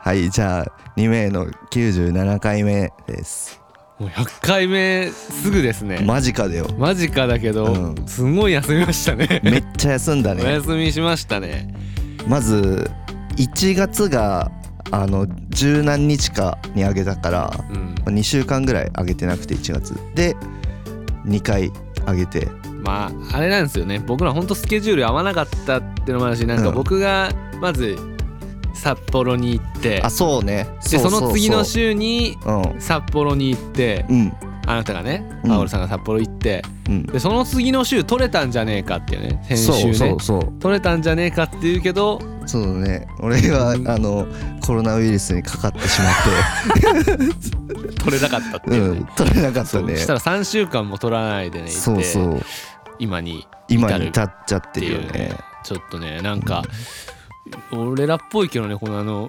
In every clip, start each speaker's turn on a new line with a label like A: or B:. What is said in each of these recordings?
A: はいじゃあ2名の97回目です
B: もう100回目すぐですね
A: マジかでよ
B: マジかだけど、
A: うん
B: すごい休みました ね
A: めっちゃ休んだ
B: お
A: ね
B: 休みしましたね
A: まず1月があの十何日かにあげたから
B: うん
A: 2週間ぐらいあげてなくて1月で2回あげて
B: まああれなんですよね僕らほんとスケジュール合わなかったってのもあるしなんか
A: うん
B: 僕がまず札幌に行って、
A: あそうね
B: で
A: う
B: そうの
A: う
B: 次の週に
A: うん
B: 札幌に行って
A: うん
B: あなたがね
A: うん
B: パオルさんが札幌行って、
A: うん
B: でその次の週取れたんじゃねえかっていうね先週ね
A: そうそうそう
B: 取れたんじゃねえかっていうけど
A: そうだね俺があ
B: うん
A: のコロナウイルスにかかってしま
B: 取れなかったって
A: って、
B: いう
A: う
B: ね
A: ん、取れなかっ
B: そ
A: た
B: う
A: ね
B: したら3週間も取らないでねいて
A: そうそう
B: 今に
A: 今に至っちゃってるよ
B: っていう
A: ね
B: ねちょっとねなんか、俺らっぽいけどねこのあの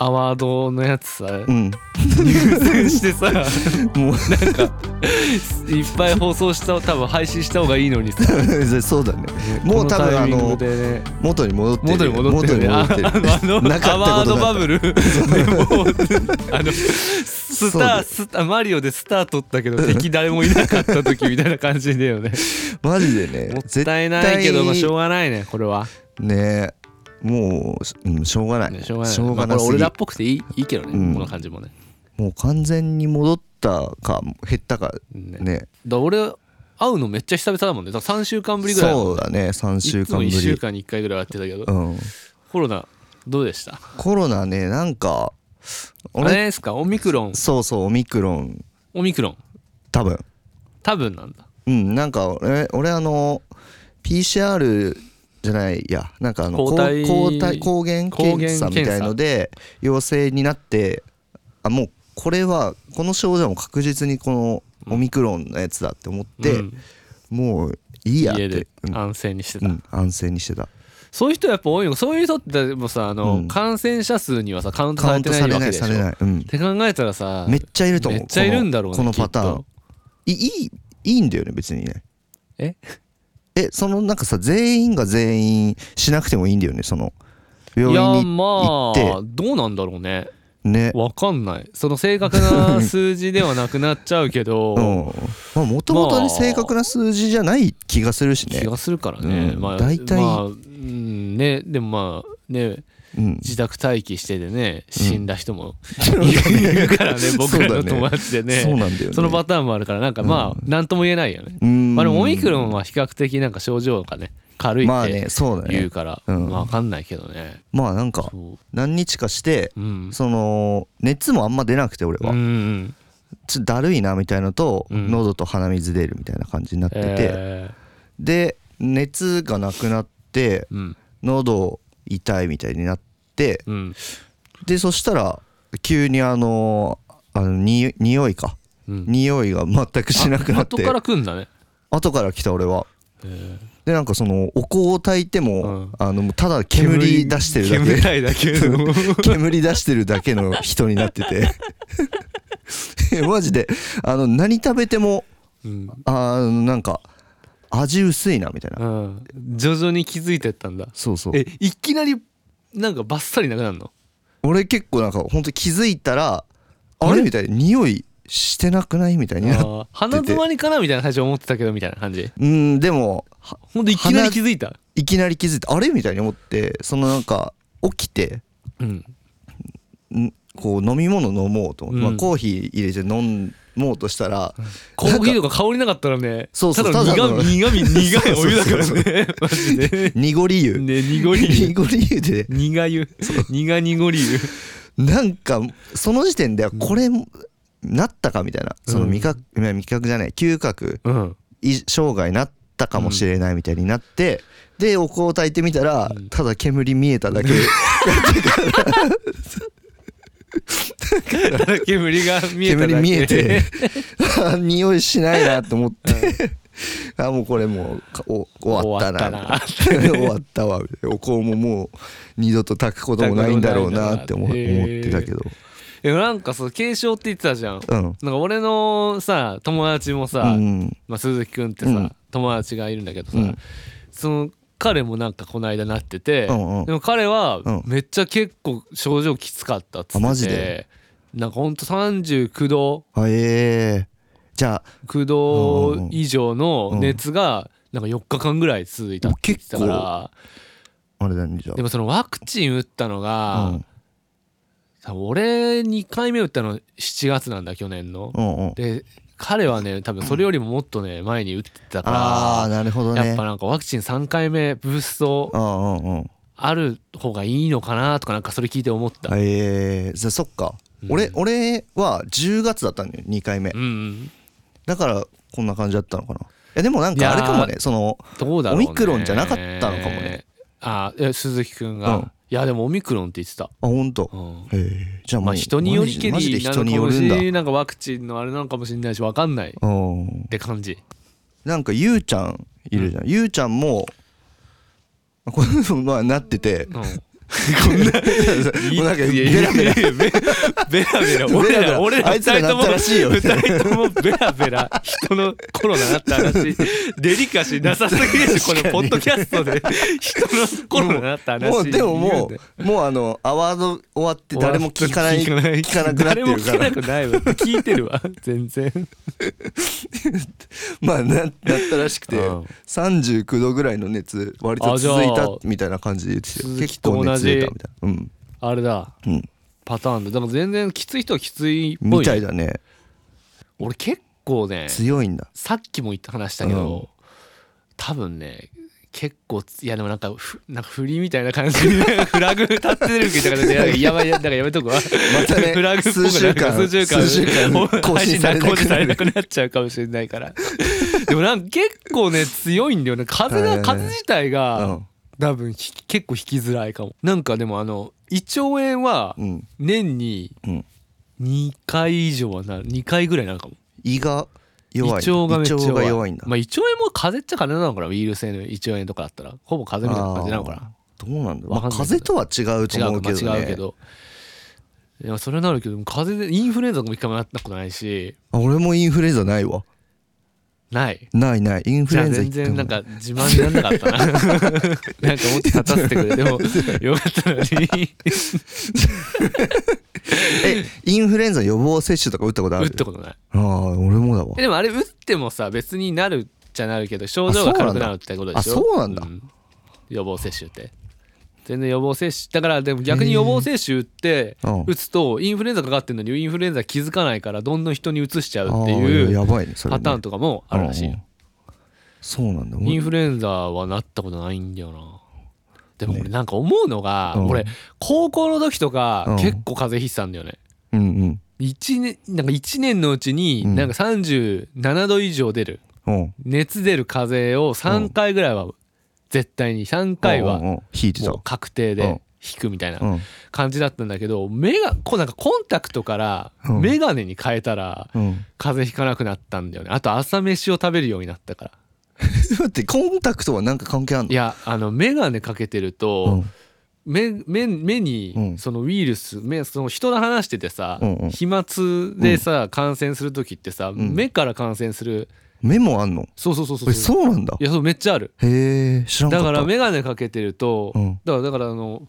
B: アワードのやつ さ、
A: うん
B: 優先してさ
A: も
B: なんかいっぱい放送した多分配信した方がいいのにさ
A: う そうだねもう多分あ
B: こ
A: の
B: のタイミングでね
A: 元に戻ってる
B: 元に戻ってるねああ
A: 元に戻ってる
B: の
A: な
B: ア
A: かった
B: ワ
A: こ
B: ー
A: と
B: ド
A: に
B: バ
A: なっ
B: ブルでもうあのスタ
A: そうだ
B: ー
A: よ
B: スターマリオでスター取ったけど敵誰もいなかった時みたいな感じだよね
A: たマジでね
B: もったいないけどまあしょうがないねこれは
A: ねもう、うん、しょうがない、
B: ねしょうがない
A: しょうがな
B: まあこ
A: す
B: れ俺
A: ぎ
B: らっぽくていいいいけどね、
A: うん
B: この感じもね
A: もう完全に戻ったか減ったか
B: ねだか
A: ね
B: ら俺会うのめっちゃ久々だもんねだから3週間ぶりぐらいだもん
A: そうだね3週
B: いつも
A: 間ぶり
B: 1週間に1回ぐらい会ってたけど、
A: うん、
B: コロナどうでした
A: コロナねなんか
B: あ
A: 俺
B: れですかオミクロン
A: そうそうオミクロン
B: オミクロン
A: 多分
B: 多分なんだ
A: うんなんか俺俺あの PCR じゃないいやなんかあの
B: 抗体
A: 抗抗体抗原
B: 抗原
A: 検査みたいので陽性になってあもうこれはこの症状も確実にこのオミクロンのやつだって思って、
B: うん
A: もういいやっ
B: 家で
A: て、うん
B: 安静にして
A: う
B: た、
A: ん、安静にしてた
B: そういう人やっぱ多いのそういう人ってでもさあの、
A: うん
B: 感染者数にはさカウント
A: カ
B: さ
A: ウ
B: れ
A: ン
B: て
A: ト
B: な
A: さ
B: い
A: れ
B: わ
A: な
B: け
A: い
B: でしょ
A: されない、うん
B: っ、て考えたらさ
A: めっちゃいると思う
B: めっちゃいるんだろうね
A: このこのパタ
B: き
A: ー
B: っ
A: ンいいいいいんだよね別にね
B: え
A: えそのなんかさ全員が全員しなくてもいいんだよねその病
B: いや
A: 院に
B: ま
A: 行
B: あ
A: っ
B: どうなんだろうね
A: てね
B: わかんないその正確な数字ではなくなっちゃうけど、
A: うんまあもともと
B: まあ
A: ね正確な数字じゃない気がするしね
B: 気がするからね、
A: うん
B: まあ
A: 大体
B: まあうんねでもまあね
A: うん
B: 自宅待機してでね死んだ人もいるから ね、僕らの友達でね
A: そうなんだよね
B: そのパターンもあるからなんかまあ何とも言えないよね、
A: うん
B: まあ、でもオミクロンは比較的なんか症状がね軽い
A: ま
B: っ
A: あ
B: て
A: ねそうだ
B: 言う
A: ね
B: から、
A: うん
B: まあ分かんないけどね
A: まあなんか
B: そ
A: 何日かして
B: ううん
A: その熱もあんま出なくて俺
B: うん
A: は
B: うん
A: ちょっとだるいなみたいのと
B: うん
A: 喉と鼻水出るみたいな感じになってて
B: え
A: で熱がなくなって
B: ーうん
A: 喉痛いみたいになって
B: うん
A: でそしたら急にあのあのに匂いか
B: うん
A: 匂いが全くしなくなって
B: 後から来んだね、
A: 後から来た俺は
B: えー
A: でなんかそのお香を焚いても、
B: うん
A: あのもうただ煙出してるだ
B: 煙
A: け
B: たいだけの
A: 煙出してるだけの人になって てマジであの何食べても
B: うん
A: あーなんか味薄いなみたいな、
B: うん徐々に気づいてったんだ
A: そうそう
B: えいきなりなんかバッサリなくなるの
A: 俺結構なんか本当気づいたらあ
B: え
A: れみたいな匂いしてなくないみたいにな
B: あー鼻づまりかなみたいな最初思ってたけどみたいな感じ
A: うんでもは
B: ほんといきなり気づいた
A: いきなり気づいてあれみたいに思ってそのなんか起きて
B: うん
A: んこう飲み物飲もうと思って、ま
B: う
A: あ、
B: ん
A: コーヒー入れて飲もうとしたら、
B: コーヒーとか香りなかったらね
A: そうそう
B: ただ
A: ただ
B: の
A: の
B: 苦み苦み苦いお湯だから
A: そう
B: ねマジで
A: 濁り湯
B: ね濁り
A: 濁り湯で
B: 苦湯苦濁り湯
A: なんかその時点ではこれなったかみたいなその味覚、いや味覚じゃない嗅覚
B: うん
A: い障害なったかもしれないみたいになって、でお香を焚いてみたら、ただ煙見えただけ
B: ただ煙が 見えただけ
A: 煙見え てあ匂いしないなと思って、あもうこれもうかお終わったな
B: 終わった な
A: 終わったわみたいなお香ももう二度と焚くこともないんだろうなって思思っ
B: へー
A: てたけど、
B: でもなんかそう軽症って言ってたじゃん
A: うん
B: なんか俺のさ友達もさ、
A: うん
B: まあ、鈴木くんってさ、
A: うん
B: 友達がいるんだけどさ、
A: うん
B: その彼もなんかこの間なってて、
A: うんうん
B: でも彼は
A: うん
B: めっちゃ結構症状きつかったっつってて
A: あマジで
B: なんかほんと39度
A: あええじゃあ
B: 9
A: うんうん
B: 度以上の熱がなんか4日間ぐらい続いたって言ってたから、
A: あれだねじゃあ
B: でもそのワクチン打ったのが、
A: うん
B: 多分俺2回目打ったの7月なんだ去年の。
A: うんうん
B: で彼はね多分それよりももっとね前に打ってたから。
A: ああなるほどね
B: やっぱなんかワクチン3回目ブースト
A: うんうんうん
B: ある方がいいのかなとかなんかそれ聞いて思った、
A: ええじゃあそっか、
B: うん
A: 俺俺は10月だったんだよ2回目、
B: うんうん
A: だからこんな感じだったのかないやでもなん
B: いや
A: か
B: ー
A: あれかもねその
B: どうだろうね
A: オミクロンじゃなかったのかもね
B: あいや鈴木くんが、
A: うん
B: いやでもオミクロンって言ってた、
A: あ本当、
B: うん
A: へえじゃあもう
B: まあ人によりけ
A: マジで
B: りな
A: 人
B: の
A: に
B: か
A: よ
B: も
A: るん
B: し
A: だ
B: なんかワクチンのあれなのかもしれないしわかんないっ
A: うん
B: て感じ
A: なんかゆうちゃんいるじゃん、ゆうちゃんもまあこういうのまあなってて
B: うん
A: こんな もうなんかベラベラ
B: いやいやベラベラ俺
A: ベラベ
B: ら
A: ラ
B: 俺ら
A: あいつらなったらしいよ
B: 二人ともベラベラ人のコロナなった話デリカシーなさすぎるしこのポッドキャストで人のコロナなった話
A: もうでも
B: 言
A: も
B: んだよ
A: うもうあのアワード終わって誰も聞かない
B: 終わった
A: 聞かなくなってるから
B: 誰も聞かなくないわ聞いて るわ全然
A: まあなな ったらしくて
B: うん
A: 39度ぐらいの熱割と
B: あじゃあ
A: 続いたみたいな感じで言ってたよ
B: 鈴木
A: 結
B: と
A: 構
B: 同
A: 熱
B: じ
A: 出たみたいなうん
B: あれだ
A: うん
B: パターンだでも全然きつい人はきついっぽ
A: み
B: い
A: た
B: ね
A: いだね
B: 俺結構ね
A: 強いんだ
B: さっきも言った話したけど、多分ね結構いやでもなんかふなんか振りみたいな感じで フラグ立ってるみたいな感じでなんかやばいなんかやめとくわ
A: またね
B: フラグっぽく
A: 数週間
B: なんか数週間
A: 数週間更新されなくなる
B: 配信更新されなくなっちゃうかもしれないからでもなんか結構ね強いんだよね風
A: はい
B: が
A: はい
B: 風自体が、
A: うん
B: 多分ひ結構引きづらいかもなんかでもあの胃腸炎は
A: うん
B: 年に
A: うん
B: 2回以上はな2回ぐらいなるかも
A: 胃が弱い
B: 胃腸がめっちゃ
A: 胃腸
B: 弱い
A: が弱いんだ
B: まあ、胃腸炎も風邪っちゃ風邪なのかなウイルス性の胃腸炎とかだったらほぼ風邪みたいな感じなのかな
A: あーどうなんだ
B: わ
A: まあ
B: かんない
A: 風邪とは違うと
B: 違
A: 思
B: う
A: う
B: か
A: けど
B: まあ違う
A: ね
B: けどいやそれなるけど風邪でインフルエンザとかも一回もなったことないし
A: あ俺もインフルエンザないわ
B: ない
A: ないないインフ
B: じ
A: ル
B: ゃあ
A: エンザ
B: 全
A: 一回
B: 然
A: も
B: なんか自慢にならな かったななんかもっと立たせてくれてもよかったのに
A: えインフルエンザ予防接種とか打ったことあ
B: 打っ
A: る
B: たことない
A: ああ俺もだわ
B: えでもあれ打ってもさ別になるっちゃなるけど症状が軽くなるってことでしょ
A: あそうなんだあそう
B: 予防接種って全然予防接種だからでも逆に予防接種打って
A: うん
B: 打つとインフルエンザかかってるのにインフルエンザ気づかないからどんどん人にうつしちゃうって
A: あー
B: いう
A: やばいねそれ
B: パ
A: ね
B: ターンとかもあるらしい
A: うんうん
B: よ
A: そうなんだ
B: インフルエンザはなったことないんだよなでも俺なんか思うのが
A: うん
B: 俺高校の時と
A: う
B: か
A: ん
B: 結構風邪ひいてたんだよね
A: うん
B: 1年なんか1年のうちに
A: うん
B: なんか37度以上出る
A: うんうん
B: 熱出る風邪を3回ぐらいは絶対に3回は
A: うん
B: も
A: うん引いてた
B: う確定
A: う
B: で
A: ん
B: 引くみたいな
A: うん
B: 感じだったんだけど目がこうなんかコンタクトから
A: うん
B: 眼鏡に変えたら
A: うん、
B: 風邪ひかなくなったんだよねあと朝飯を食べるようになったから
A: 待ってコンタクトはなんか関係あんの
B: いやあの眼鏡かけてると目目目
A: う
B: に
A: ん
B: そのウイルス目その人と話しててさ
A: うんうん
B: 飛沫でさ感染する時ってさ
A: ん
B: 目から感染する
A: うん、目もあんの
B: そうそうそうそ
A: え
B: う
A: そううなんだ
B: いやそうめっちゃある
A: へえ知らんか
B: だ
A: っ
B: か
A: た
B: ら眼鏡かけてると、
A: うん
B: だからだからあの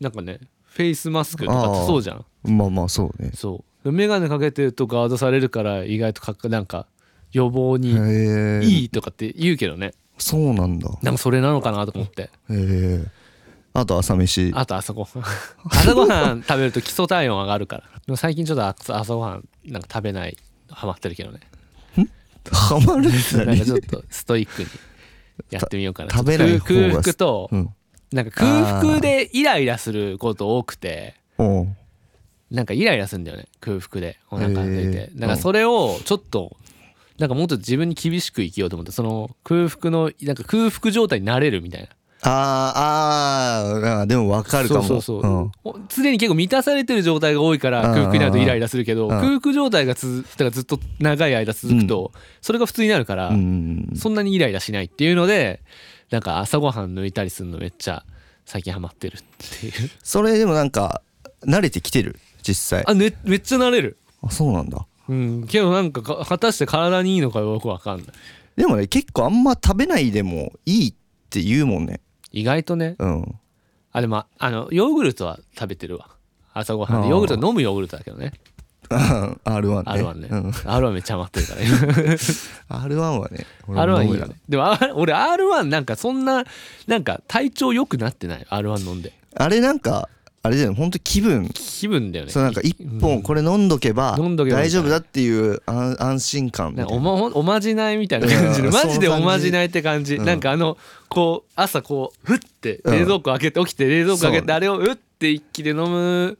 B: なんかねフェイスマスクとかってそうじゃん
A: まあまあそうね
B: そう眼鏡かけてるとガードされるから意外とかかなんか予防に
A: へえ
B: いいとかって言うけどね、
A: そうなんだ
B: なんかそれなのかなと思って
A: へえあと朝飯
B: あと朝ごはん 朝ごはん食べると基礎体温上がるからでも最近ちょっと朝朝ごはんなんか食べないハマってるけどね
A: ハマるって
B: なん
A: 何
B: かちょっとストイックにやってみようかな
A: た食べない方が
B: 空腹と、
A: うん
B: なんか空腹でイライラすること多くて
A: うん
B: なんかイライラするんだよね空腹でお腹空いて
A: へ、ー
B: なんかそれをちょっとなんかもっと自分に厳しく生きようと思ってその空腹のなんか空腹状態になれるみたいな
A: あーあーでもわかるかも
B: そうそう
A: うん
B: そう、常に結構満たされてる状態が多いから空腹になるとイライラするけど
A: うんうん
B: 空腹状態がつだからずっと長い間続くと、それが普通になるから、
A: うん
B: そんなにイライラしないっていうのでなんか朝ごはん抜いたりするのめっちゃ最近ハマってるっていう
A: それでもなんか慣れてきてる実際
B: あ、ね、めっちゃ慣れる
A: あそうなんだ
B: うん、けどなんかか果たして体にいいのかよくわかんない
A: でもね結構あんま食べないでもいいって言うもんね
B: 意外とね
A: うん
B: あでもあのヨーグルトは食べてるわ朝ごはんでヨーグルト飲むヨーグルトだけどね
A: あ R1 ね
B: R1 ね、
A: うん
B: R1 めっちゃ余ってるからね
A: R1 はね 俺
B: R1
A: も
B: い
A: 飲
B: い
A: む
B: よねでもあ俺 R1 なんかそんななんか体調良くなってない R1 飲んで
A: あれなんかあれじゃない本当気分
B: 気分だよね
A: そうなんか一本これ飲んどけば
B: 飲んどけば
A: 大丈夫だっていう安安心感みた
B: ないん
A: な
B: かおまおまじないみたいな感じの
A: うん
B: マジで
A: そんな
B: お
A: 感じ
B: まじないって感じ、
A: うん
B: なんかあのこう朝こうふって
A: うん
B: 冷蔵庫開けて起きて冷蔵庫開け
A: そう
B: て
A: ね
B: あれをうって一気で飲む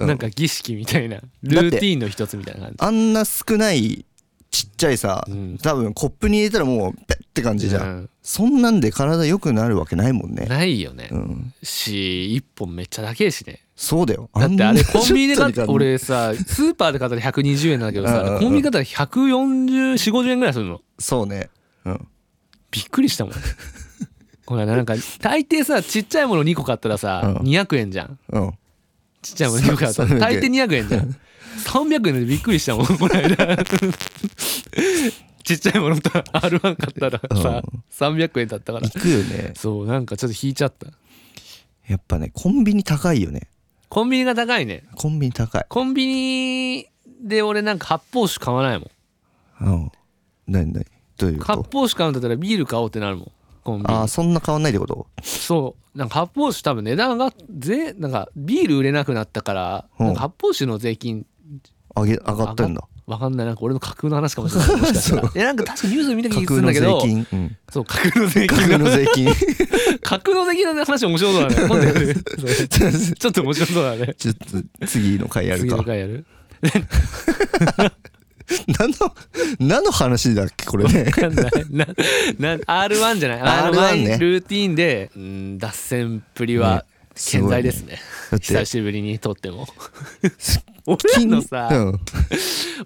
A: うん
B: なんか儀式みたいなルーティーンの一つみたいな感じ
A: あんな少ないちっちゃいさ、
B: うん
A: 多分コップに入れたらもうペッって感じじゃん、
B: うん
A: そんなんで体良くなるわけないもんね
B: ないよね、
A: うん
B: し一本めっちゃだけえしね
A: そうだよ
B: だってあ
A: ん
B: れ
A: な
B: コンビニで買っ
A: ちょと
B: て
A: に
B: 俺さスーパーで買ったら120円なんだけど
A: うんうんう
B: さ
A: ん
B: コンビニで買ったら1404050円ぐらいするの
A: そうねうん
B: びっくりしたもん ほらなんか大抵さちっちゃいもの2個買ったらさ
A: うん
B: 200円じゃん
A: うん
B: ちっちゃいもの2個買った
A: そ
B: ら
A: う
B: 大抵200円じゃん300円でびっくりしたもんこの間 ちっちゃいものと R1 買ったらさ300円だったから
A: 行くよね
B: そうなんかちょっと引いちゃった
A: やっぱねコンビニ高いよね
B: コンビニが高いね
A: コンビニ高い
B: コンビニで俺なんか発泡酒買わないもん
A: うん何何どういうこ
B: 発
A: と
B: 泡酒買うんだったらビール買おうってなるもんコンビ
A: ああ
B: ニ
A: そんな変わんないってこと
B: そうなんか発泡酒多分値段がぜなんかビール売れなくなったから
A: うん
B: なんか発泡酒の税金
A: 上げ上がってんだ
B: わかんないなんか俺の架空の話かもしれないもしかしたらいやなんか確かニュース見た気がするんだけど
A: 金、うん、
B: そう 架空の税
A: 架
B: 金
A: 空
B: の
A: の税金
B: 架空の税金の話面白そうだね今度やるそうちょっと面白そうだね
A: ちょっと次の回やる
B: 次
A: か
B: の回やる
A: 何の何の話だっけこれ ね
B: わかんないなな R1 じゃない
A: R1 ね
B: R1 ルーティーンでうん脱線っぷり
A: ね
B: は
A: す
B: 健
A: ごいね
B: 在ですね
A: だって
B: 久しぶりに撮っても 俺らのさ、
A: うん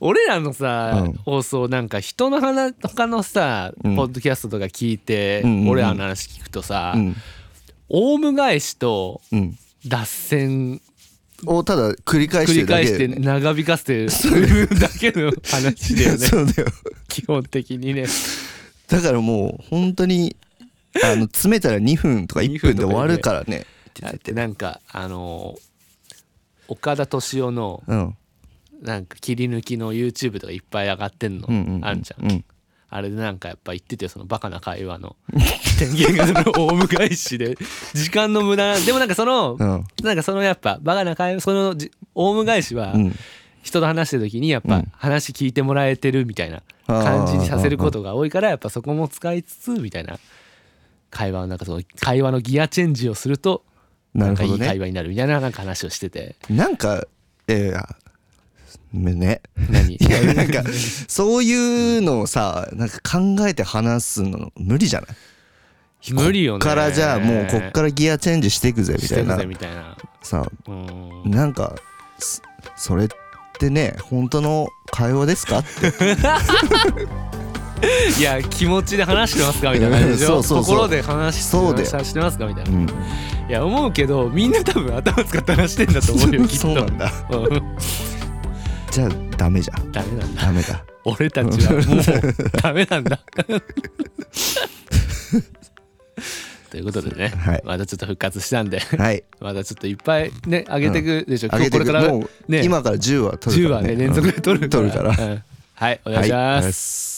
B: 俺らのさ、
A: うん
B: 放送なんか人の話他のさ、
A: うん
B: ポッドキャストとか聞いて、
A: うんうんうん
B: 俺らの話聞くとさ、
A: うん
B: オウム返しと
A: うん
B: 脱線
A: をただ繰り返して
B: 繰り
A: るだ
B: 返
A: け
B: して
A: だよね
B: 長引かせてる だけの話だよね
A: そうだよ
B: 基本的にね
A: だからもう本当にあの詰めたら2分とか1分で終わるからね
B: だってなんかあの岡田敏夫の
A: うん
B: なんか切り抜きの YouTube とかいっぱい上がってんの、
A: うんうんう
B: あんじゃん、
A: うん
B: あれでなんかやっぱ言っててそのバカな会話の 天元がそのオウム返しで時間の無駄なでもなんかそ
A: う
B: の、
A: ん
B: なんかそのやっぱバカな会話そのじオウム返しは
A: うん
B: 人と話してる時にやっ
A: う
B: ぱ
A: ん
B: 話聞いてもらえてるみたいな感じにさせることが多いからやっぱそこも使いつつみたいな会話をなんかその会話のギアチェンジをすると
A: な
B: な
A: る
B: んか
A: ほ
B: い
A: ど
B: い
A: ね
B: 会話になるみたいななんか話をしてて
A: なんかえー、ね
B: 何
A: いやなんかそういうのをさなんか考えて話すの無理じゃない
B: 無理よね
A: こっからじゃあもうこっからギアチェンジしていくぜみ
B: したて
A: い
B: る
A: な
B: ぜみたいな
A: さ
B: うん
A: なんかそそれってね本当の会話ですかって
B: いや気持ちで話してますかみたいな感じでし
A: そ
B: ょ
A: うそうそう
B: 心で話して
A: そうだよ
B: 話してますかみたいな
A: うん
B: いや思うけどみんな多分頭使って話してんだと思うよきっと
A: そうなんだ
B: うん
A: じゃあダメじゃん
B: ダメなんだ
A: ダメだ
B: 俺たちはもうダメな んだということでね、
A: はい
B: またちょっと復活したんで
A: はい
B: またちょっといっぱいね上げてく でし
A: 上
B: ょ、今
A: げ
B: 日
A: て
B: これ
A: く
B: から
A: もう
B: ね
A: 今から10話取
B: 10
A: るか
B: 話
A: ら
B: ね連続で取るから
A: 取るから
B: うんはいお願いします、
A: す